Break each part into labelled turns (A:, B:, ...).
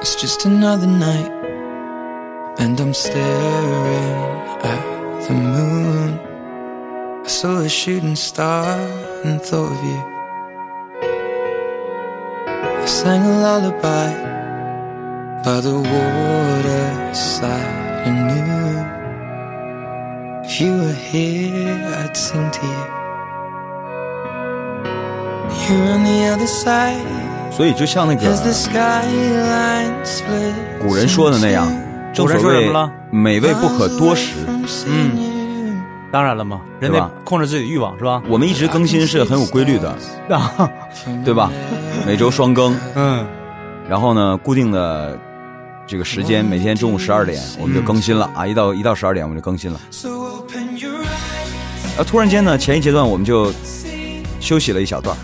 A: It's just another night, and I'm staring at the moon. I saw a shooting star and thought of you. I sang a lullaby by the waterside and knew if you were here, I'd sing to you. You're on the other side.
B: 所以就像那个
A: As the skyline splits
B: 古人说的那样，正
C: 古人
B: 所
C: 说什
B: 谓
C: 么了
B: 美味不可多食。
A: 嗯，
C: 当然了嘛，人得
B: 对吧
C: 控制自己的欲望是吧？
B: 我们一直更新是很有规律 的，
C: 啊，
B: 对吧？每周双更，
C: 嗯，
B: 然后呢，固定的这个时间，每天中午十二点我们就更新了啊，一到一到十二点我们就更新了。啊，突然间呢，前一阶段我们就休息了一小段儿，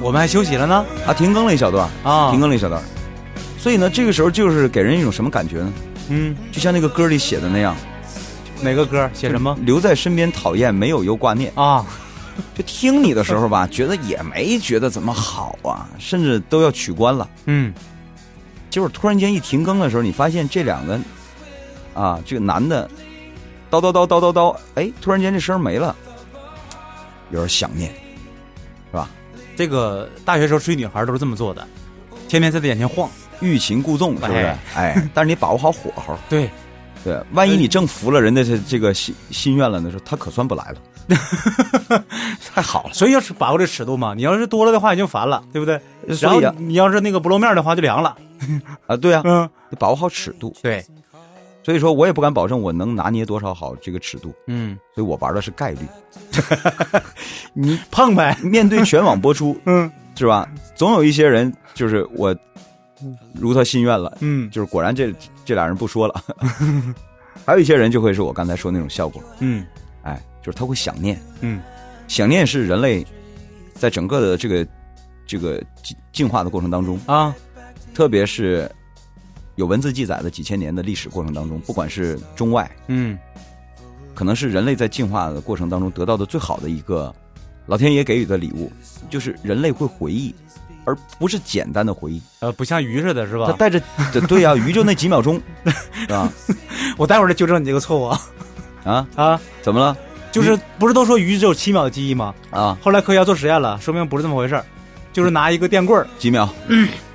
C: 我们还休息了呢。
B: 啊，停更了一小段儿
C: 啊
B: 停更了一小段儿。所以呢，这个时候就是给人一种什么感觉呢？
C: 嗯，
B: 就像那个歌里写的那样，
C: 哪个歌写什么
B: 留在身边讨厌，没有又挂念。
C: 啊？
B: 就听你的时候吧，觉得也没觉得怎么好啊，甚至都要取关了。
C: 嗯，
B: 结果突然间一停更的时候，你发现这两个，啊，这个男的，叨叨叨叨叨叨，哎，突然间这声儿没了，有点想念，是吧？
C: 这个大学时候追女孩都是这么做的，天天在她眼前晃。
B: 欲擒故纵，是不是
C: 哎？
B: 哎，但是你把握好火 候，
C: 对，
B: 对，万一你正服了人家这这个心心愿了呢，说他可算不来了， 太好了。
C: 所以要是把握这尺度嘛。你要是多了的话，已经烦了，对不对？然
B: 所
C: 后
B: 以啊，
C: 你要是那个不露面的话，就凉了。
B: 啊对啊，
C: 嗯，
B: 你把握好尺度。
C: 对，
B: 所以说我也不敢保证我能拿捏多少好这个尺度，
C: 嗯，
B: 所以我玩的是概率。
C: 碰呗。
B: 面对全网播出，
C: 嗯
B: 是吧？总有一些人就是我如他心愿了，
C: 嗯
B: 就是果然这这俩人不说了， 还有一些人就会是我刚才说那种效果，
C: 嗯
B: 哎，就是他会想念，
C: 嗯，
B: 想念是人类在整个的这个这个进进化的过程当中，
C: 啊，
B: 特别是有文字记载的几千年的历史过程当中，不管是中外，
C: 嗯
B: 可能是人类在进化的过程当中得到的最好的一个老天爷给予的礼物，就是人类会回忆，而不是简单的回忆。
C: 呃，不像鱼似的，是
B: 他
C: 吧？
B: 带着对呀、鱼就那几秒 钟，啊
C: 我待会儿再纠正你这个错误啊
B: 啊，
C: 啊！
B: 怎么了
C: 就是不是都说鱼只有七秒的记忆吗？
B: 啊？
C: 后来科学家做实验了，说明不是这么回事儿，就是拿一个电棍儿，
B: 几秒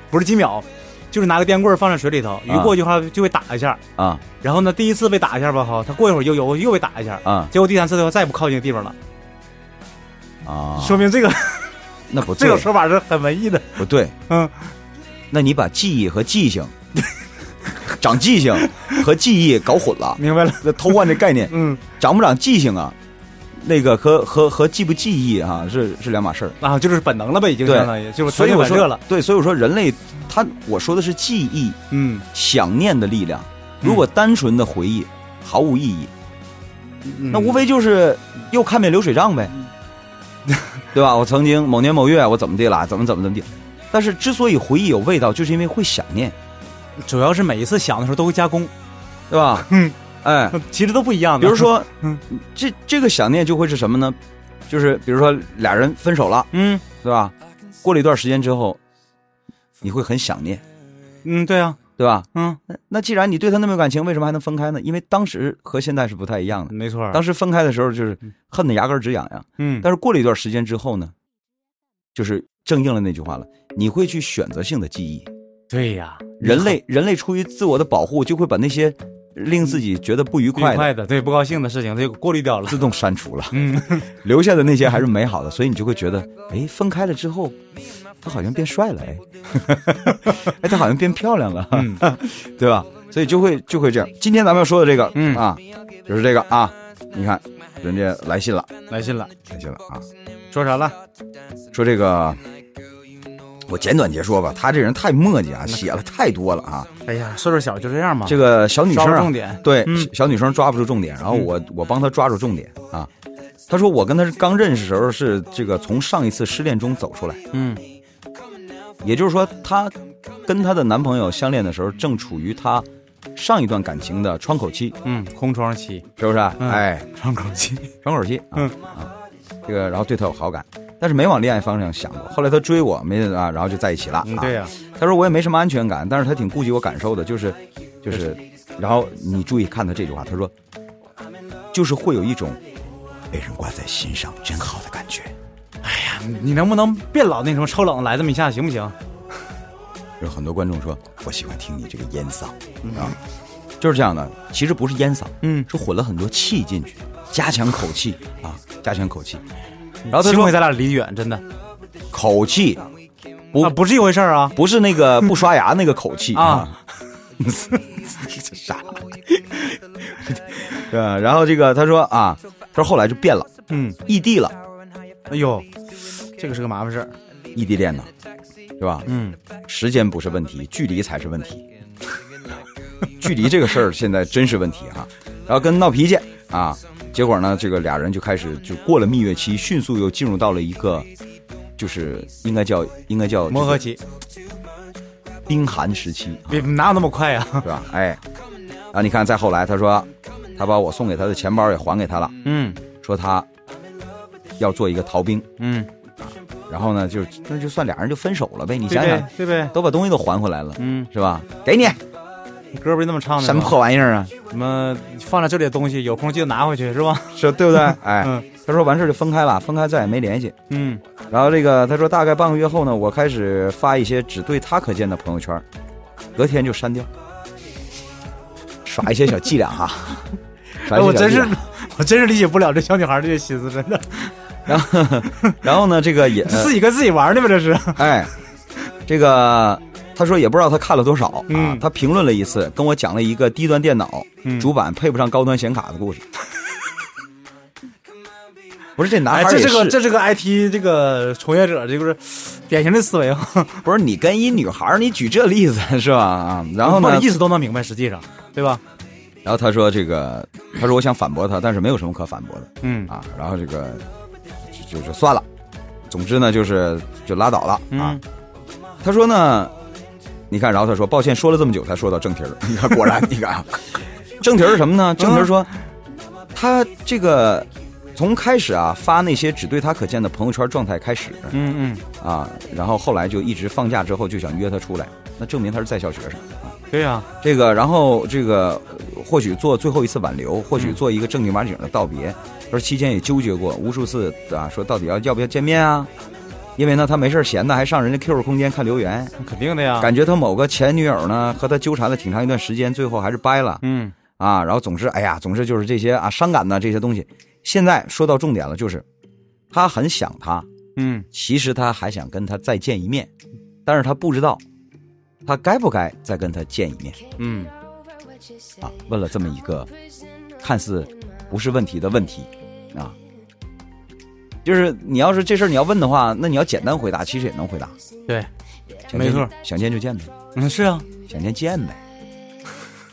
C: 不是几秒，就是拿个电棍儿放在水里头，鱼
B: 啊
C: 过去的话就会打一下，
B: 啊
C: 然后呢，第一次被打一下吧，好，它过一会儿又游又被打一下，
B: 啊
C: 结果第三次的话再也不靠近地方了，
B: 啊！
C: 说明这个
B: 那不
C: 这
B: 对
C: 种，说法是很文艺的，
B: 不对，
C: 嗯，
B: 那你把记忆和记性， 长记性和记忆搞混了，
C: 明白了，
B: 那偷换这概念，
C: 嗯，
B: 长不长记性啊？那个和和和记不记忆啊，是是两码事儿。
C: 啊，就是本能了呗，已经
B: 对
C: 相当于就是
B: 所以我
C: 反射
B: 说
C: 了，，
B: 对，所以我说人类他我说的是记忆、
C: 嗯，
B: 想念的力量。如果单纯的回忆，毫无意义，
C: 嗯
B: 那无非就是又看遍流水账呗，
C: 嗯
B: 对吧？我曾经某年某月我怎么地了，怎么怎么怎么地。但是之所以回忆有味道，就是因为会想念，
C: 主要是每一次想的时候都会加工，
B: 对吧？
C: 嗯，
B: 哎，
C: 其实都不一样的，
B: 比如，说
C: 嗯，
B: 这这个想念就会是什么呢？就是比如说俩人分手了，
C: 嗯
B: 对吧？过了一段时间之后，你会很想念，
C: 嗯，对啊，
B: 对吧？
C: 嗯，
B: 那既然你对他那么有感情，为什么还能分开呢？因为当时和现在是不太一样的。
C: 没错儿，
B: 当时分开的时候就是恨得牙根儿直痒痒，
C: 嗯，
B: 但是过了一段时间之后呢，就是正应了那句话了，你会去选择性的记忆。
C: 对呀，
B: 人类人类出于自我的保护，就会把那些令自己觉得不愉
C: 愉
B: 快的
C: 快的，对不高兴的事情，它就过滤掉了，
B: 自动删除了，
C: 嗯，
B: 留下的那些还是美好的，所以你就会觉得，哎，分开了之后，哎他好像变帅了，哎， 哎，他好像变漂亮了，
C: 嗯
B: 对吧？所以就会就会这样。今天咱们要说的这个，
C: 嗯
B: 啊，就是这个啊，你看人家来信了，
C: 来信了，
B: 来信了啊，
C: 说啥了？
B: 说这个，我简短截说吧，他这人太墨迹啊，写了太多了啊。
C: 哎呀，岁数小就这样嘛，
B: 这个小女生、
C: 抓
B: 啊、
C: 不重点
B: 对、
C: 嗯
B: 小小女生抓不住重点，然后我我帮她抓住重点啊。她说我跟她是刚认识的时候是这个从上一次失恋中走出来，
C: 嗯
B: 也就是说她跟她的男朋友相恋的时候正处于她上一段感情的窗口期，
C: 嗯，空窗期，
B: 是不是啊？
C: 嗯
B: 哎，
C: 窗口期，
B: 窗口期啊、
C: 嗯
B: 啊。这个然后对他有好感，但是没往恋爱方向想过。后来他追我，没啊，然后就在一起了。
C: 嗯，
B: 啊
C: 对呀、
B: 他说我也没什么安全感，但是他挺顾及我感受的，就是，就是，然后你注意看他这句话，他说，就是会有一种被人挂在心上真好的感觉。
C: 你你能不能别老那什么抽冷来这么一下，行不行？
B: 有很多观众说，我喜欢听你这个烟嗓啊，就是这样的，其实不是烟嗓，
C: 嗯，
B: 是混了很多气进去，加强口气啊，加强口气，然后他
C: 幸
B: 说
C: 亏咱俩离远，真的，
B: 口气不
C: 啊，不是一回事儿啊。
B: 不是那个不刷牙那个口气
C: 啊。
B: 这傻，对啊， 然后这个他说啊，他说后来就变了，
C: 嗯，
B: 异地了，
C: 哎呦，这个是个麻烦事儿。
B: 异地恋呢，是吧？
C: 嗯，
B: 时间不是问题，距离才是问题。 距离这个事儿现在真是问题哈、然后跟闹脾气啊，结果呢，这个俩人就开始就过了蜜月期，迅速又进入到了一个，就是应该叫应该叫
C: 磨合期，
B: 冰寒时期啊
C: 别哪有那么快啊呀、
B: 是吧？哎，然后你看，再后来，他说他把我送给他的钱包也还给他了，
C: 嗯
B: 说他要做一个逃兵，
C: 嗯，
B: 然后呢，就是那就算俩人就分手了呗。你
C: 对
B: 想想
C: 呗，，对呗，
B: 都把东西都还回来了，
C: 嗯，
B: 是吧？给你
C: 你歌不是那么唱的
B: 什
C: 吗
B: 么破玩意儿啊？
C: 什么放在这里的东西，有空记得拿回 去，是吧？
B: 是对不对？ 哎
C: 嗯，
B: 他说完事儿就分开了，分开再也没联系。
C: 嗯，
B: 然后这个他说大概半个月后呢，我开始发一些只对他可见的朋友圈，隔天就删掉，耍一些小伎俩哈。 耍
C: 哎，
B: 一些
C: 我
B: 小
C: 真
B: 伎
C: 是
B: 俩，
C: 我真是理解不了这小女孩这些心思，真的，
B: 然后呢，这个也 呃
C: 自己跟自己玩的吧，这是。
B: 哎，这个他说也不知道他看了多少、啊
C: 嗯，
B: 他评论了一次，跟我讲了一个低端电脑、
C: 嗯
B: 主板配不上高端显卡的故事。 不是这男孩
C: 哎，
B: 儿
C: 这
B: 也是，
C: 是个这是个 IT 这个从业者，这个是典型的思维啊。
B: 不是你跟一女孩儿，你举这例子是吧？啊，然后
C: 我
B: 呢
C: 嗯的，意思都能明白，实际上，对吧？
B: 然后他说这个，他说我想反驳他，但是没有什么可反驳的
C: 嗯
B: 啊。然后这个就就就算了，总之呢，就是就拉倒了啊。
C: 嗯，
B: 他说呢，你看，然后他说抱歉，说了 这么久才说到正题儿。你看，果然，你看，啊，正题儿是什么呢？正题儿说，他这个从开始啊发那些只对他可见的朋友圈状态开始
C: 嗯
B: 啊，然后后来就一直放假之后就想约他出来，那证明他是在校学生啊。
C: 嗯，对呀、
B: 这个，然后这个，呃或许做最后一次挽留，或许做一个正经八经的道别。而期间也纠结过无数次啊，说到底要要不要见面啊？因为呢，他没事儿闲的还上人家 QQ 空间看留言，
C: 肯定的呀。
B: 感觉他某个前女友呢和他纠缠了挺长一段时间，最后还是掰了
C: 嗯
B: 啊。然后总是哎呀，总是就是这些啊伤感的这些东西。现在说到重点了，就是他很想他，
C: 嗯，
B: 其实他还想跟他再见一面，但是他不知道他该不该再跟他见一面
C: 嗯，
B: 啊。问了这么一个看似不是问题的问题啊，就是你要是这事儿你要问的话，那你要简单回答，其实也能回答。
C: 对，
B: 想见
C: 没错，
B: 想见就见呗。
C: 嗯是啊，
B: 想见见呗。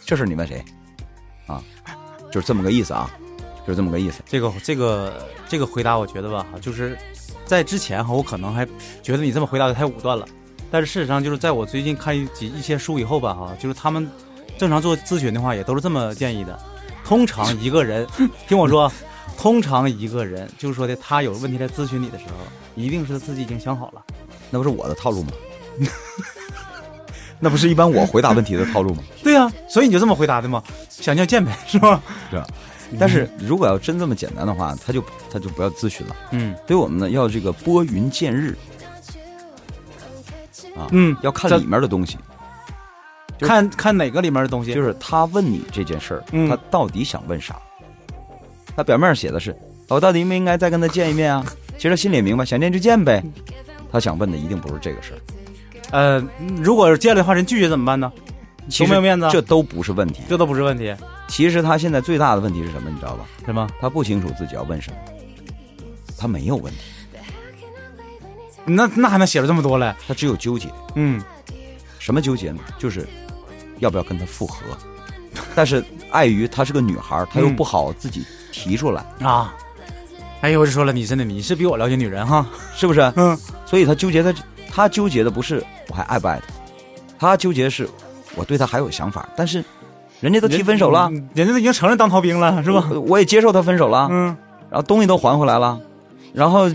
B: 这事儿你问谁？啊，就是这么个意思啊，就是这么个意思。
C: 这个这个这个回答，我觉得吧，就是在之前哈，我可能还觉得你这么回答的太武断了，但是事实上就是在我最近看一几一些书以后吧，哈，就是他们正常做咨询的话，也都是这么建议的。通常一 个人，听我说，通常一个人就是说的，他有问题来咨询你的时候，一定是他自己已经想好了。
B: 那不是我的套路吗？ 那不是一般我回答问题的套路吗？
C: 对呀、所以你就这么回答的嘛？想要见呗，是吧？
B: 是吧？但是如果要真这么简单的话，他就他就不要咨询了。
C: 嗯
B: 对我们呢，要这个拨云见日啊，
C: 嗯，
B: 要看
C: 这
B: 里面的东西，就是
C: 看看哪个里面的东西，
B: 就是他问你这件事儿，
C: 嗯
B: 他到底想问啥？他表面写的是我到底应不应该再跟他见一面啊？其实他心里也明白，想见就见呗。他想问的一定不是这个事儿，
C: 呃，如果见了的话，人拒绝怎么办呢？
B: 其
C: 多
B: 实
C: 没有面子啊，
B: 这都不是问题。
C: 这都不是问题，
B: 其实他现在最大的问题是什么？你知道吧？
C: 是吗？
B: 他不清楚自己要问什么，他没有问题，
C: 那那还能写出这么多来？
B: 他只有纠结。
C: 嗯，
B: 什么纠结呢？就是要不要跟他复 合。但是碍于她是个女孩儿，她又
C: 嗯
B: 不好自己提出来，
C: 啊，哎呦，我就说了，你真的你是比我了解女人哈，
B: 是不是？
C: 嗯，
B: 所以他纠结他，他纠结的不是我还爱不爱他，他纠结的是我对他还有想法，但是人家都提分手了，
C: 嗯人人家都已经承认当逃兵了，是吧？
B: 我？我也接受他分手了，
C: 嗯，
B: 然后东西都还回来了，然后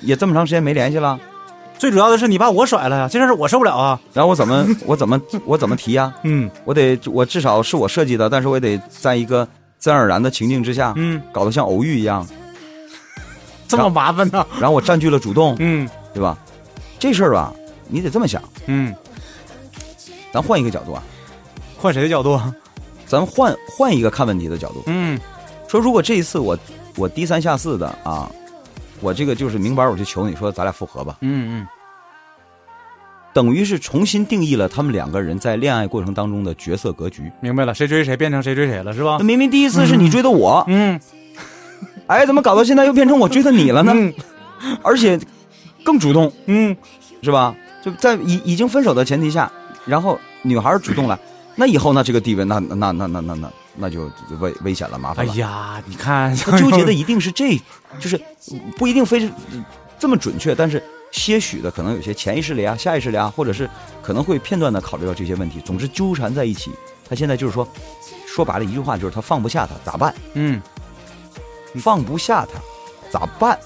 B: 也这么长时间没联系了，
C: 最主要的是你把我甩了呀，这事儿我受不了啊。
B: 然后我怎么 我怎么我怎么提呀、
C: 嗯
B: 我得我至少是我设计的，但是我也得在一个自然而然的情境之下，
C: 嗯，
B: 搞得像偶遇一样，
C: 这么麻烦呢？
B: 然后我占据了主动，
C: 嗯
B: 对吧？这事儿吧，你得这么想，
C: 嗯，
B: 咱换一个角度啊，
C: 换谁的角度？
B: 咱换换一个看问题的角度，
C: 嗯
B: 说如果这一次我我低三下四的啊，我这个就是明摆我去求你说咱俩复合吧，
C: 嗯嗯，
B: 等于是重新定义了他们两个人在恋爱过程当中的角色格局。
C: 明白了，谁追谁变成谁追谁了是吧
B: 那？明明第一次是你追的我，
C: 嗯
B: 哎，怎么搞到现在又变成我追的你了呢？
C: 嗯
B: 而且更主动，
C: 嗯
B: 是吧？就在已已经分手的前提下，然后女孩主动了， 那以后那这个地位，那那那那那那那那就就危危险了，麻
C: 哎
B: 烦了。
C: 呀，你 看，
B: 他纠结的一定是这，就是不一定非是这么准确，但是些许的可能有些潜意识里啊、下意识里啊，或者是可能会片段的考虑到这些问题。总之纠缠在一起，他现在就是说，说白了一句话就是他放不下他，咋办？
C: 嗯，
B: 放不下他，咋办？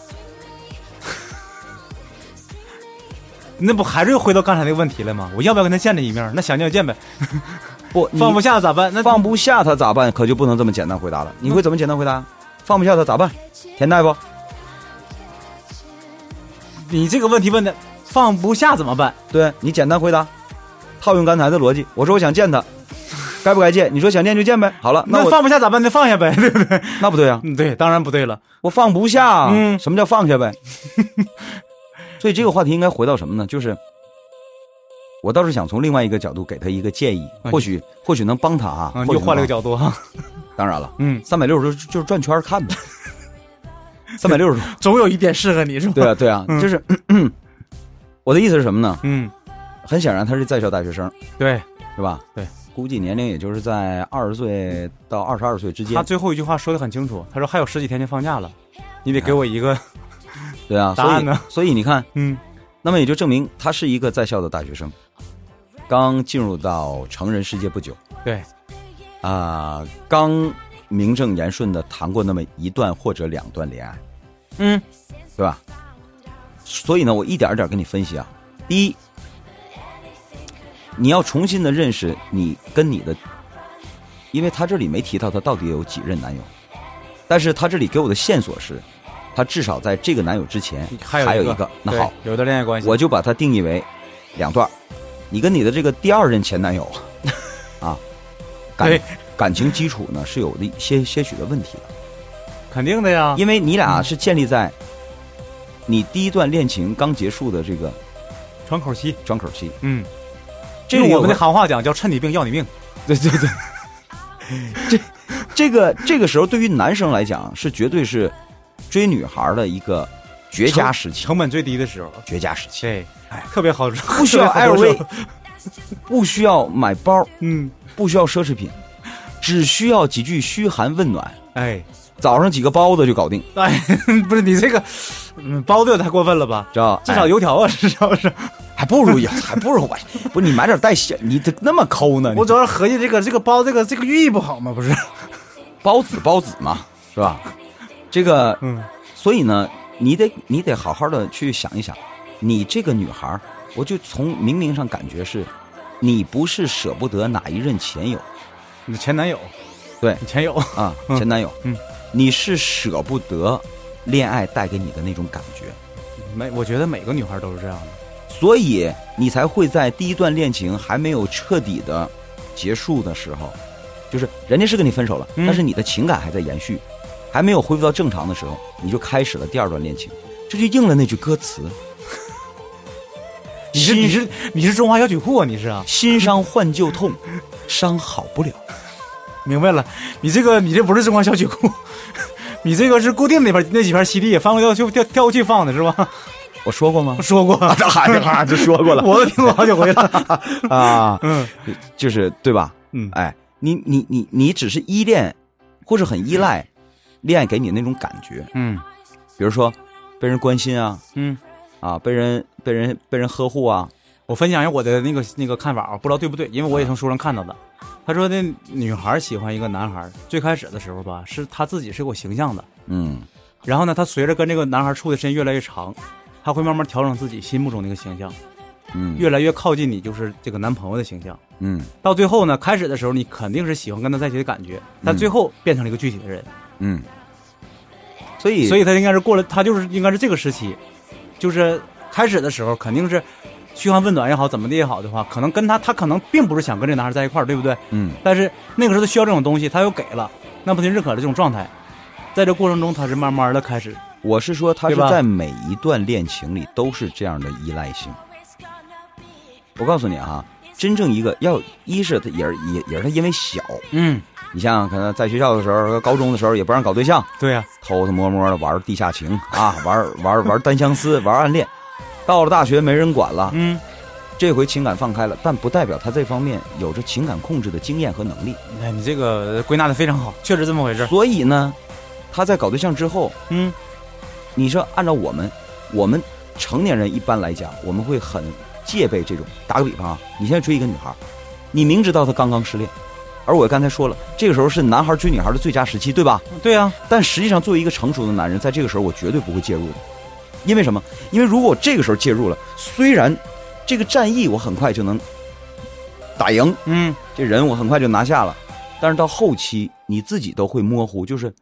C: 那不还是又回到刚才那个问题了吗？我要不要跟他见这一面？那想就要见呗，
B: 不，你
C: 放不下咋办？那
B: 放不下他咋办？可就不能这么简单回答
C: 嗯
B: 了。你会怎么简单回答？放不下他咋办？田大夫，
C: 你这个问题问的，放不下怎么办？
B: 对你简单回答，套用刚才的逻辑，我说我想见他，该不该见？你说想见就见呗。好了，
C: 那
B: 我
C: 放不下咋办？那放下呗，对不对？
B: 那不对啊，
C: 嗯，对，当然不对了。
B: 我放不下。
C: 嗯
B: 什么叫放下呗？ 所以这个话题应该回到什么呢？就是我倒是想从另外一个角度给他一个建议，
C: 哎
B: 或许或许能帮他啊。
C: 啊，
B: 或
C: 又
B: 许
C: 换了个
B: 能
C: 角度哈。
B: 帮。当然了，
C: 嗯，
B: 三百六十度就是转圈儿看呗，三百六十度。
C: 总有一点适合你 是吧？
B: 对啊，对啊，
C: 嗯
B: 就是我的意思是什么呢？
C: 嗯，
B: 很显然他是在校大学生，
C: 对
B: 是吧？
C: 对，
B: 估计年龄也就是在二十岁到二十二岁之
C: 他
B: 间。
C: 最后一句话说的很清楚，他说还有十几天就放假了，哎你得给我一个
B: 对啊，
C: 答
B: 所
C: 案
B: 以
C: 呢
B: 所以你看，
C: 嗯
B: 那么也就证明他是一个在校的大学生，刚进入到成人世界不久。
C: 对，
B: 啊、刚名正言顺的谈过那么一段或者两段恋爱，
C: 嗯
B: 对吧？所以呢，我一点一点跟你分析啊。第一，你要重新的认识你跟你的，因为他这里没提到他到底有几任男友，但是他这里给我的线索是，他至少在这个男友之前
C: 还有
B: 有
C: 一个
B: 那好，，
C: 对有的恋爱关系，
B: 我就把它定义为两段儿。你跟你的这个第二任前男友 啊，啊，感
C: 对
B: 感情基础呢是有的一些些许的问题的，
C: 肯定的呀。
B: 因为你俩是建立在你第一段恋情刚结束的这个
C: 喘口气，
B: 窗口期。
C: 嗯，
B: 这
C: 这
B: 个
C: 个
B: 我
C: 我们的行话讲叫趁你病要你命，
B: 对对对，这 这个这个时候对于男生来讲是绝对是追女孩儿的一个绝佳时期，
C: 成本最低的时候，
B: 绝佳时期，
C: 对，特别好，
B: 不
C: 不
B: 需要 LV，不需要买包，
C: 嗯，
B: 不需要奢侈品，只需要几句嘘寒问暖，
C: 哎
B: 早上几个包子就搞定，
C: 哎， 不是你这个，嗯，包的太过分了吧？
B: 知道吧？
C: 至少
B: 哎
C: 油条啊，至少是。
B: 还不 如有，还不如我，不是你买点带馅，你这那么抠呢？
C: 我
B: 你
C: 主要是合计这个这个包这个这个寓意不好嘛，不是？
B: 包子包子嘛，是吧？这个，
C: 嗯
B: 所以呢，你得你得好好的去想一想，你这个女孩儿，我就从明明上感觉是，你不是舍不得哪一任前友
C: 你的前男友，
B: 对
C: 你前友，
B: 啊，
C: 嗯
B: 前男友，
C: 嗯
B: 你是舍不得恋爱带给你的那种感觉，
C: 每我觉得每个女孩都是这样的。
B: 所以你才会在第一段恋情还没有彻底的结束的时候，就是人家是跟你分手了，
C: 嗯
B: 但是你的情感还在延续，还没有恢复到正常的时候，你就开始了第二段恋情，这就应了那句歌词：
C: 你是你是你是中华摇曲库啊，你是啊？
B: 新伤换旧痛，伤好不了。
C: 明白了，你这个你这不是中华小曲库， 你这个是固定那盘那几盘 CD 翻过调去调调过去放的是 吧？
B: 我说过 吗
C: 我？说过，
B: 这哈就说过
C: 我都听过好几回 了。
B: 啊，
C: 嗯
B: 就是对吧？
C: 嗯，
B: 哎，你你你你只是依恋，或是很依赖恋爱给你的那种感觉，
C: 嗯
B: 比如说被人关心啊，
C: 嗯，
B: 啊，被人被人被人呵护啊，
C: 我分享一下我的那个那个看法啊，不知道对不对，因为我也从书上看到的。他说那女孩喜欢一个男孩，最开始的时候吧，是他自己是有形象的。
B: 嗯
C: 然后呢，她随着跟这个男孩处的时间越来越长，她会慢慢调整自己心目中那个形象，
B: 嗯
C: 越来越靠近你就是这个男朋友的形象。
B: 嗯
C: 到最后呢，开始的时候你肯定是喜欢跟他在一起的感觉，但
B: 嗯
C: 最后变成了一个具体的人。
B: 嗯，所以
C: 所
B: 以
C: 以他应该是过了，他就是应该是这个时期，就是开始的时候肯定是嘘寒问暖也好，怎么的也好的话，可能跟他他可能并不是想跟这男孩在一块儿，对不对？
B: 嗯
C: 但是那个时候他需要这种东西，他又给了，那么他就认可了这种状态。在这过程中，他是慢慢的开始，
B: 我是说，他是
C: 对吧
B: 在每一段恋情里都是这样的依赖性。我告诉你啊，真正一个要一是他也是也也是他因为小，
C: 嗯，
B: 你像可能在学校的时候、高中的时候也不让搞对象，
C: 对呀、
B: 偷偷摸摸的玩地下情 啊，玩玩玩单相思，玩暗恋。到了大学没人管了，
C: 嗯，
B: 这回情感放开了，但不代表他这方面有着情感控制的经验和能力。
C: 哎，你这个归纳的非常好，确实这么回事。
B: 所以呢，他在搞对象之后，
C: 嗯，
B: 你说按照我们，我们成年人一般来讲，我们会很戒备这种。打个比方啊，你现在追一个女孩，你明知道她刚刚失恋，而我刚才说了，这个时候是男孩追女孩的最佳时期，对吧？
C: 对啊呀、
B: 但实际上，作为一个成熟的男人，在这个时候我绝对不会介入的，因为什么？因为如果我这个时候介入了，虽然这个战役我很快就能打赢，
C: 嗯，
B: 这人我很快就拿下了，但是到后期你自己都会模糊，就是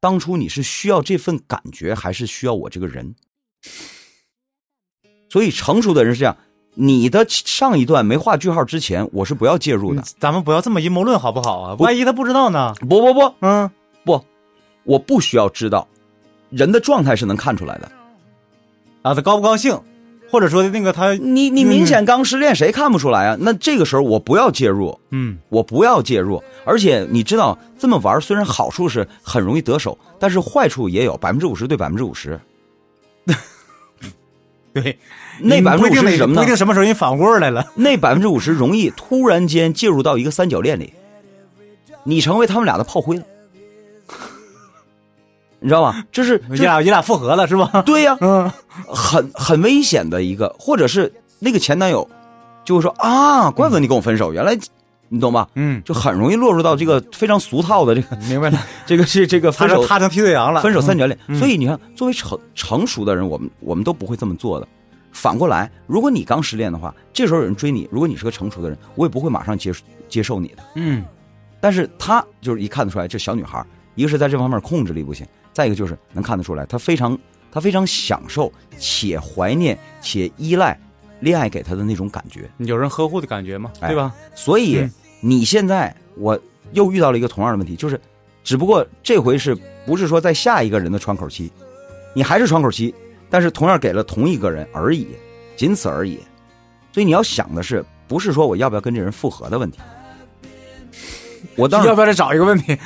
B: 当初你是需要这份感觉，还是需要我这个人？所以成熟的人是这样，你的上一段没画句号之前，我是不要介入的。
C: 咱们不要这么阴谋论好不好啊？
B: 不
C: 万一他不知道呢？
B: 不不不，
C: 嗯，
B: 我不需要知道，人的状态是能看出来的。
C: 啊，他高不高兴，或者说那个他，
B: 你你明显刚失恋，谁看不出来啊？那这个时候我不要介入，
C: 嗯，
B: 我不要介入。而且你知道，这么玩虽然好处是很容易得手，但是坏处也有，百分之五十对百分之五十。
C: 对，
B: 那百
C: 嗯不
B: 分
C: 一
B: 之
C: 定
B: 五
C: 哪
B: 十是什么
C: 不一定
B: 呢？
C: 什么时候人反过来了。
B: 那百分之五十容易突然间介入到一个三角恋里，你成为他们俩的炮灰了，你知道吧？这是
C: 你
B: 这
C: 俩你俩复合了是吧？
B: 对呀、
C: 嗯，
B: 很很危险的一个，或者是那个前男友就会说啊，怪不得你跟我分手，原来你懂吧？
C: 嗯，
B: 就很容易落入到这个非常俗套的这个
C: 明白 了。
B: 这个这这个
C: 他
B: 分手
C: 成他成替罪羊了，
B: 分手三角恋。
C: 嗯
B: 所以你看，作为成成熟的人，我们我们都不会这么做的。反过来，如果你刚失恋的话，这时候有人追你，如果你是个成熟的人，我也不会马上接接受你的。
C: 嗯，
B: 但是她就是一看得出来，这小女孩，一个是在这方面控制力不行，再一个就是能看得出来，她非常她非常享受且怀念且依赖恋爱给她的那种感觉。
C: 嗯有人呵护的感觉嘛，
B: 哎
C: 对吧？
B: 所以、
C: 嗯
B: 你现在我又遇到了一个同样的问题，就是，只不过这回是不是说在下一个人的窗口期，你还是窗口期，但是同样给了同一个人而已，仅此而已。所以你要想的是，不是说我要不要跟这人复合的问题。我倒
C: 要
B: 是
C: 不要再找一个问题？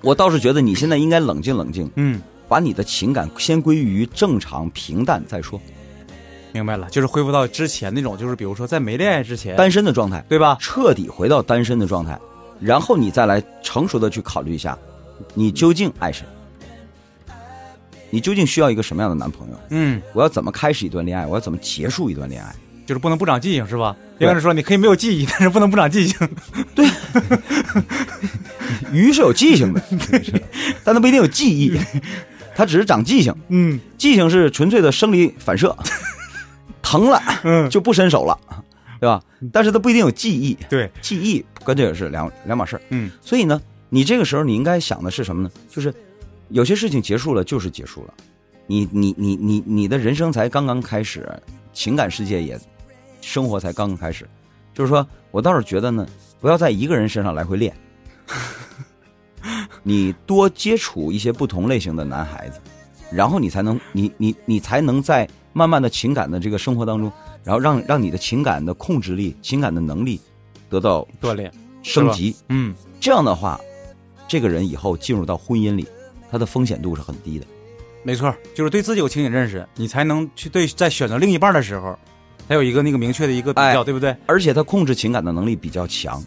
B: 我倒是觉得你现在应该冷静冷静，
C: 嗯，
B: 把你的情感先归于正常平淡再说，
C: 哎明白了，就是恢复到之前那种，就是比如说在没恋爱之前，
B: 单身的状态。
C: 对吧？
B: 彻底回到单身的状态，然后你再来成熟的去考虑一下，你究竟爱谁？你究竟需要一个什么样的男朋友？
C: 嗯，
B: 我要怎么开始一段恋爱？我要怎么结束一段恋爱？
C: 就是不能不长记性，是吧？
B: 对
C: 应该是说你可以没有记忆，但是不能不长记性。
B: 鱼是有记性的，但它不一定有记忆，它只是长记性。
C: 嗯
B: 记性是纯粹的生理反射，疼了
C: 嗯，
B: 就不伸手了，对吧？但是它不一定有记忆，
C: 对，
B: 记忆跟这个 E，是两两码事儿。
C: 嗯，
B: 所以呢，你这个时候你应该想的是什么呢？就是有些事情结束了就是结束了，你你你你你的人生才刚刚开始，情感世界也生活才刚刚开始。就是说我倒是觉得呢，不要在一个人身上来回练，你多接触一些不同类型的男孩子，然后你才能你你你才能在慢慢的情感的这个生活当中，然后让让你的情感的控制力、情感的能力得到
C: 锻炼，
B: 升级。
C: 嗯，
B: 这样的话，这个人以后进入到婚姻里，他的风险度是很低的。
C: 没错，就是对自己有清醒认识，你才能去对在选择另一半的时候，才有一个那个明确的一个比较，
B: 哎
C: 对不对？
B: 而且他控制情感的能力比较强。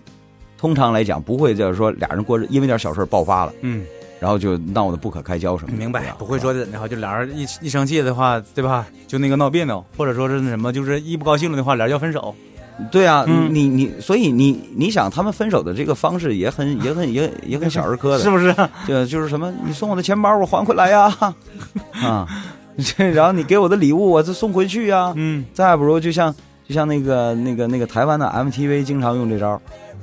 B: 通常来讲，不会就是说俩人过日，因为点小事爆发了，
C: 嗯，啊
B: 然后就闹得不可开交什么的。
C: 明
B: 对
C: 白，
B: 吧
C: 不会说怎的话，就俩人一一生气的话，对吧？就那个闹别扭，或者说是那什么，就是一不高兴了的话，俩人要分手，
B: 对啊，
C: 嗯
B: 你你所以你你想他们分手的这个方式也很也很也也很小儿科
C: 是
B: 的，
C: 不是？
B: 就就是什么你送我的钱包我还回来呀， 啊，这然后你给我的礼物我这送回去呀，
C: 嗯
B: 再不如就像就像那个那个那个台湾的 MTV 经常用这招，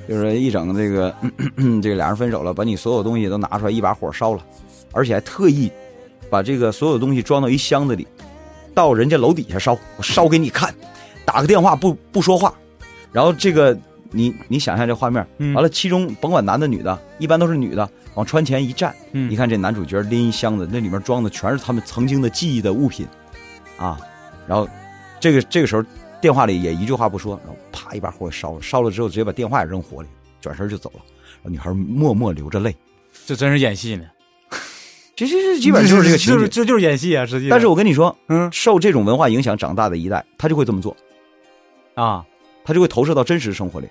B: 就是一整这个 这个俩人分手了，把你所有东西都拿出来一把火烧了，而且还特意把这个所有东西装到一箱子里，到人家楼底下烧，我烧给你看，打个电话不不说话，然后这个你你想象这画面，
C: 嗯，
B: 完了，其中甭管男的女的，一般都是女的往船前一站。
C: 嗯，
B: 你看这男主角拎一箱子，那里面装的全是他们曾经的记忆的物品，啊，然后这个这个时候电话里也一句话不说，然后啪一把火给烧了，烧了之后直接把电话也扔火里，转身就走了。然后女孩默默流着泪，
C: 这真是演戏 呢，
B: 这这这基本上就是这个情
C: 就是
B: 节。
C: 这就是演戏啊，实际上。
B: 但是我跟你说，
C: 嗯
B: 受这种文化影响长大的一代，他就会这么做，
C: 啊，
B: 他就会投射到真实生活里，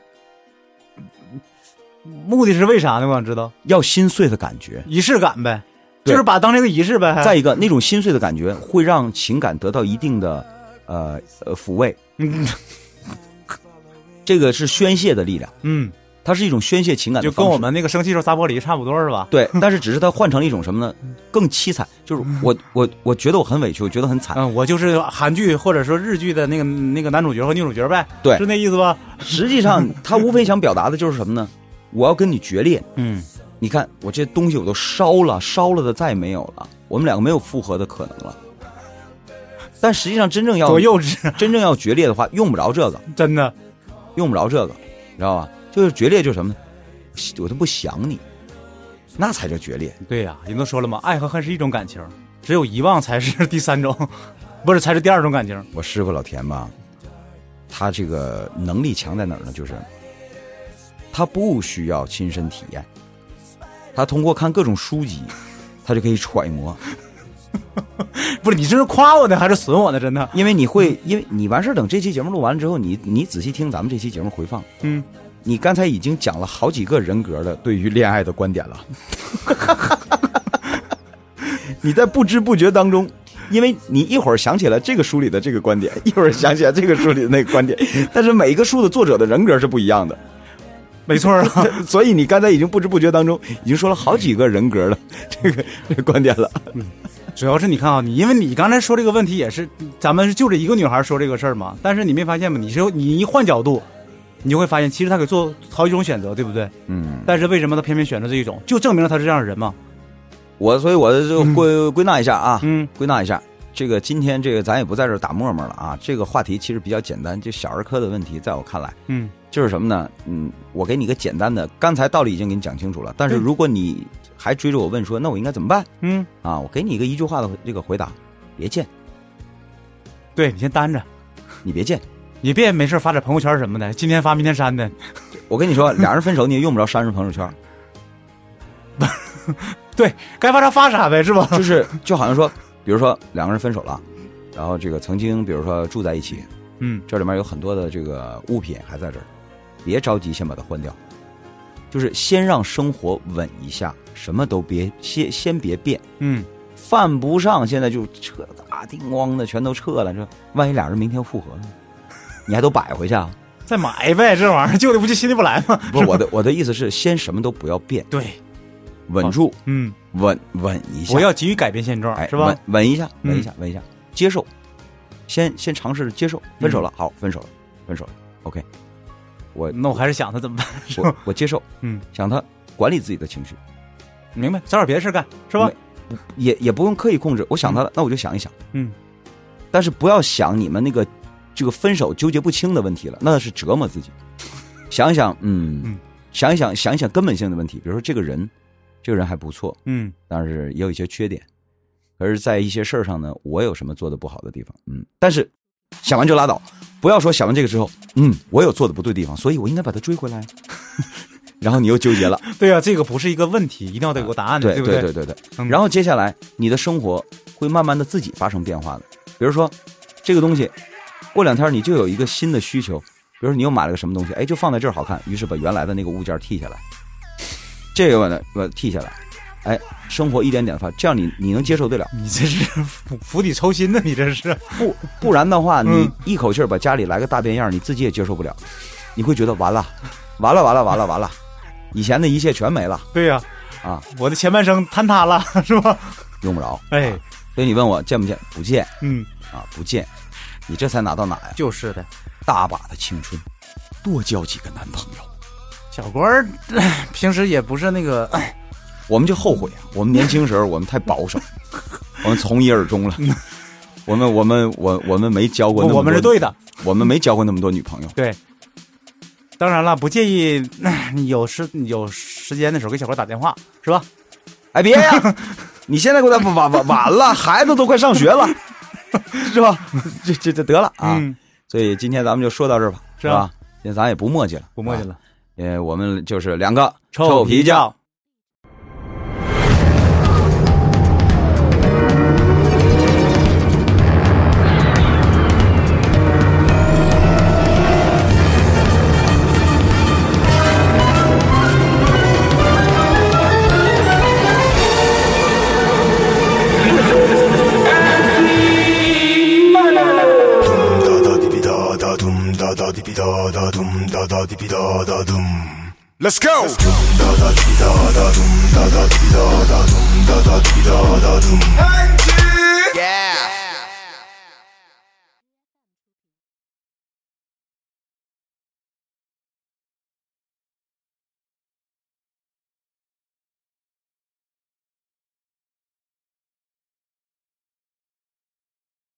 C: 目的是为啥呢？我想知道
B: 要心碎的感觉。
C: 仪式感呗，
B: 对
C: 就是把当成一个仪式呗。
B: 再一个，那种心碎的感觉会让情感得到一定的呃呃抚慰，
C: 嗯
B: 这个是宣泄的力量。
C: 嗯，
B: 它是一种宣泄情感的
C: 就
B: 方式，
C: 跟我们那个生气时候砸玻璃差不多是吧？
B: 对，但是只是它换成了一种什么呢？更凄惨，就是我我我觉得我很委屈，我觉得很惨。
C: 嗯，我就是韩剧或者说日剧的那个那个男主角或女主角呗，
B: 对
C: 是那意思吧？
B: 实际上，他无非想表达的就是什么呢？我要跟你决裂。
C: 嗯
B: 你看，我这东西我都烧了，烧了的再也没有了，我们两个没有复合的可能了。但实际上，真正要
C: 多幼稚，
B: 真正要决裂的话，用不着这个，
C: 真的。
B: 用不着这个，你知道吧？就是决裂就是什么呢？我都不想你，那才叫决裂。
C: 对呀、人都说了嘛，爱和恨是一种感情，只有遗忘才是第 三种，不是才是第二种感情。
B: 我师傅老田吧，他这个能力强在哪儿呢？就是他不需要亲身体验，他通过看各种书籍，他就可以揣摩。
C: 不是你这是夸我呢还是损我呢？真的，
B: 因为你会，因为你完事儿，等这期节目录完了之后，你你仔细听咱们这期节目回放，
C: 嗯，
B: 你刚才已经讲了好几个人格的对于恋爱的观点了。 你在不知不觉当中，因为你一会儿想起来这个书里的这个观点，一会儿想起来这个书里的那个观点，但是每一个书的作者的人格是不一样的，
C: 没错啊。
B: 所以你刚才已经不知不觉当中已经说了好几个人格的这个这个观点了。
C: 主要是你看啊，你因为你刚才说这个问题也是，咱们就这一个女孩说这个事儿嘛，但是你没发现吗？你是你一换角度，你就会发现其实她可以做好几种选择，对不对？
B: 嗯，
C: 但是为什么她偏偏选择这一种，就证明了她是这样的人嘛。
B: 我所以我就归归纳一下啊，
C: 嗯
B: 归纳一下，这个今天这个咱也不在这儿打沫沫了啊，这个话题其实比较简单，就小儿科的问题，在我看来。
C: 嗯，
B: 就是什么呢？嗯，我给你一个简单的，刚才道理已经给你讲清楚了。但是
C: 对
B: 如果你还追着我问说，那我应该怎么办
C: 嗯，
B: 啊？我给你一个一句话的这个回答：别见，
C: 对你先单着，
B: 你别见。
C: 你别没事发点朋友圈什么的，今天发明天删的，
B: 我跟你说，俩人分手你也用不着删除朋友圈，
C: 该发啥发啥呗，是吧？
B: 就是就好像说，比如说两个人分手了，然后这个曾经比如说住在一起，
C: 嗯，
B: 这里面有很多的这个物品还在这儿，别着急先把它换掉，就是先让生活稳一下，什么都别先先别变。
C: 嗯，
B: 犯不上，现在就撤啊，叮咣的全都撤了。这万一俩人明天复合了呢，你还都摆回去啊？
C: 再买呗，这玩意儿 旧的不就新的不来吗？
B: 不是我的，我的意思是，先什么都不要变，
C: 对，
B: 稳住，
C: 嗯，
B: 稳稳一下，
C: 不要急于改变现状，
B: 哎，
C: 是吧
B: 稳？稳一下，
C: 嗯
B: 稳一下，稳一下，接受，先先尝试着接受，分手了，
C: 嗯
B: 好，分手了，分手了，OK，我
C: 那我还是想他怎么办，是吧
B: 我？我接受，
C: 嗯，
B: 想他管理自己的情绪，
C: 明白，找点别的事干，嗯是吧
B: 没？也也不用刻意控制，我想他了，那我就想一想，
C: 嗯，
B: 但是不要想你们那个这个分手纠结不清的问题了，那是折磨自己。想一想，嗯，
C: 嗯
B: 想一想，想一想根本性的问题，比如说这个人，这个人还不错，
C: 嗯，
B: 但是也有一些缺点。可是，在一些事儿上呢，我有什么做的不好的地方？嗯，但是想完就拉倒，不要说想完这个之后，嗯，我有做的不对地方，所以我应该把它追回来。 然后你又纠结了，
C: 对啊，这个不是一个问题，一定要得有个答案的，
B: 对
C: 不
B: 对对对。
C: 嗯
B: 然后接下来你的生活会慢慢的自己发生变化的，比如说这个东西，过两天你就有一个新的需求，比如说你又买了个什么东西，哎，就放在这儿好看，于是把原来的那个物件儿剔下来，这个呢我剔下来，哎，生活一点点发，这样你你能接受得了。
C: 你这是釜釜底抽薪呢，你这是。
B: 不不然的话，你
C: 嗯
B: 一口气儿把家里来个大变样儿，你自己也接受不了，你会觉得完了，完了，完了，完了，完了，以前的一切全没了，
C: 对呀、
B: 啊，
C: 我的前半生坍塌了， 是吧？
B: 用不着。
C: 哎，
B: 所以你问我见不见？不见
C: 嗯，
B: 啊，不见。你这才哪到哪呀？
C: 就是的。
B: 大把的青春，多交几个男朋友，
C: 小郭儿 唉平时也不是那个，唉
B: 我们就后悔啊！我们年轻时候我们太保守， 我们从一而终了。我们我们我我们没交过那么多，
C: 我们是对的，
B: 我们没交过那么多女朋友。
C: 对。当然了，不介意唉你有时有时间的时候给小郭打电话，是吧？
B: 哎，别呀、 你现在给我晚晚晚晚了，孩子都快上学了， 是 吧？这这这得了啊！
C: 嗯，
B: 所以今天咱们就说到这儿吧，
C: 是啊
B: 吧？今天咱也不墨迹了，
C: 不墨迹了。
B: 啊。呃，我们就是两个
C: 臭
B: 皮
C: 皮
B: 匠
C: 匠。
D: dum da da di bi da da dum da da di bi da da dum da da di bi da da dum. Let's go. Dum da da di bi da da dum da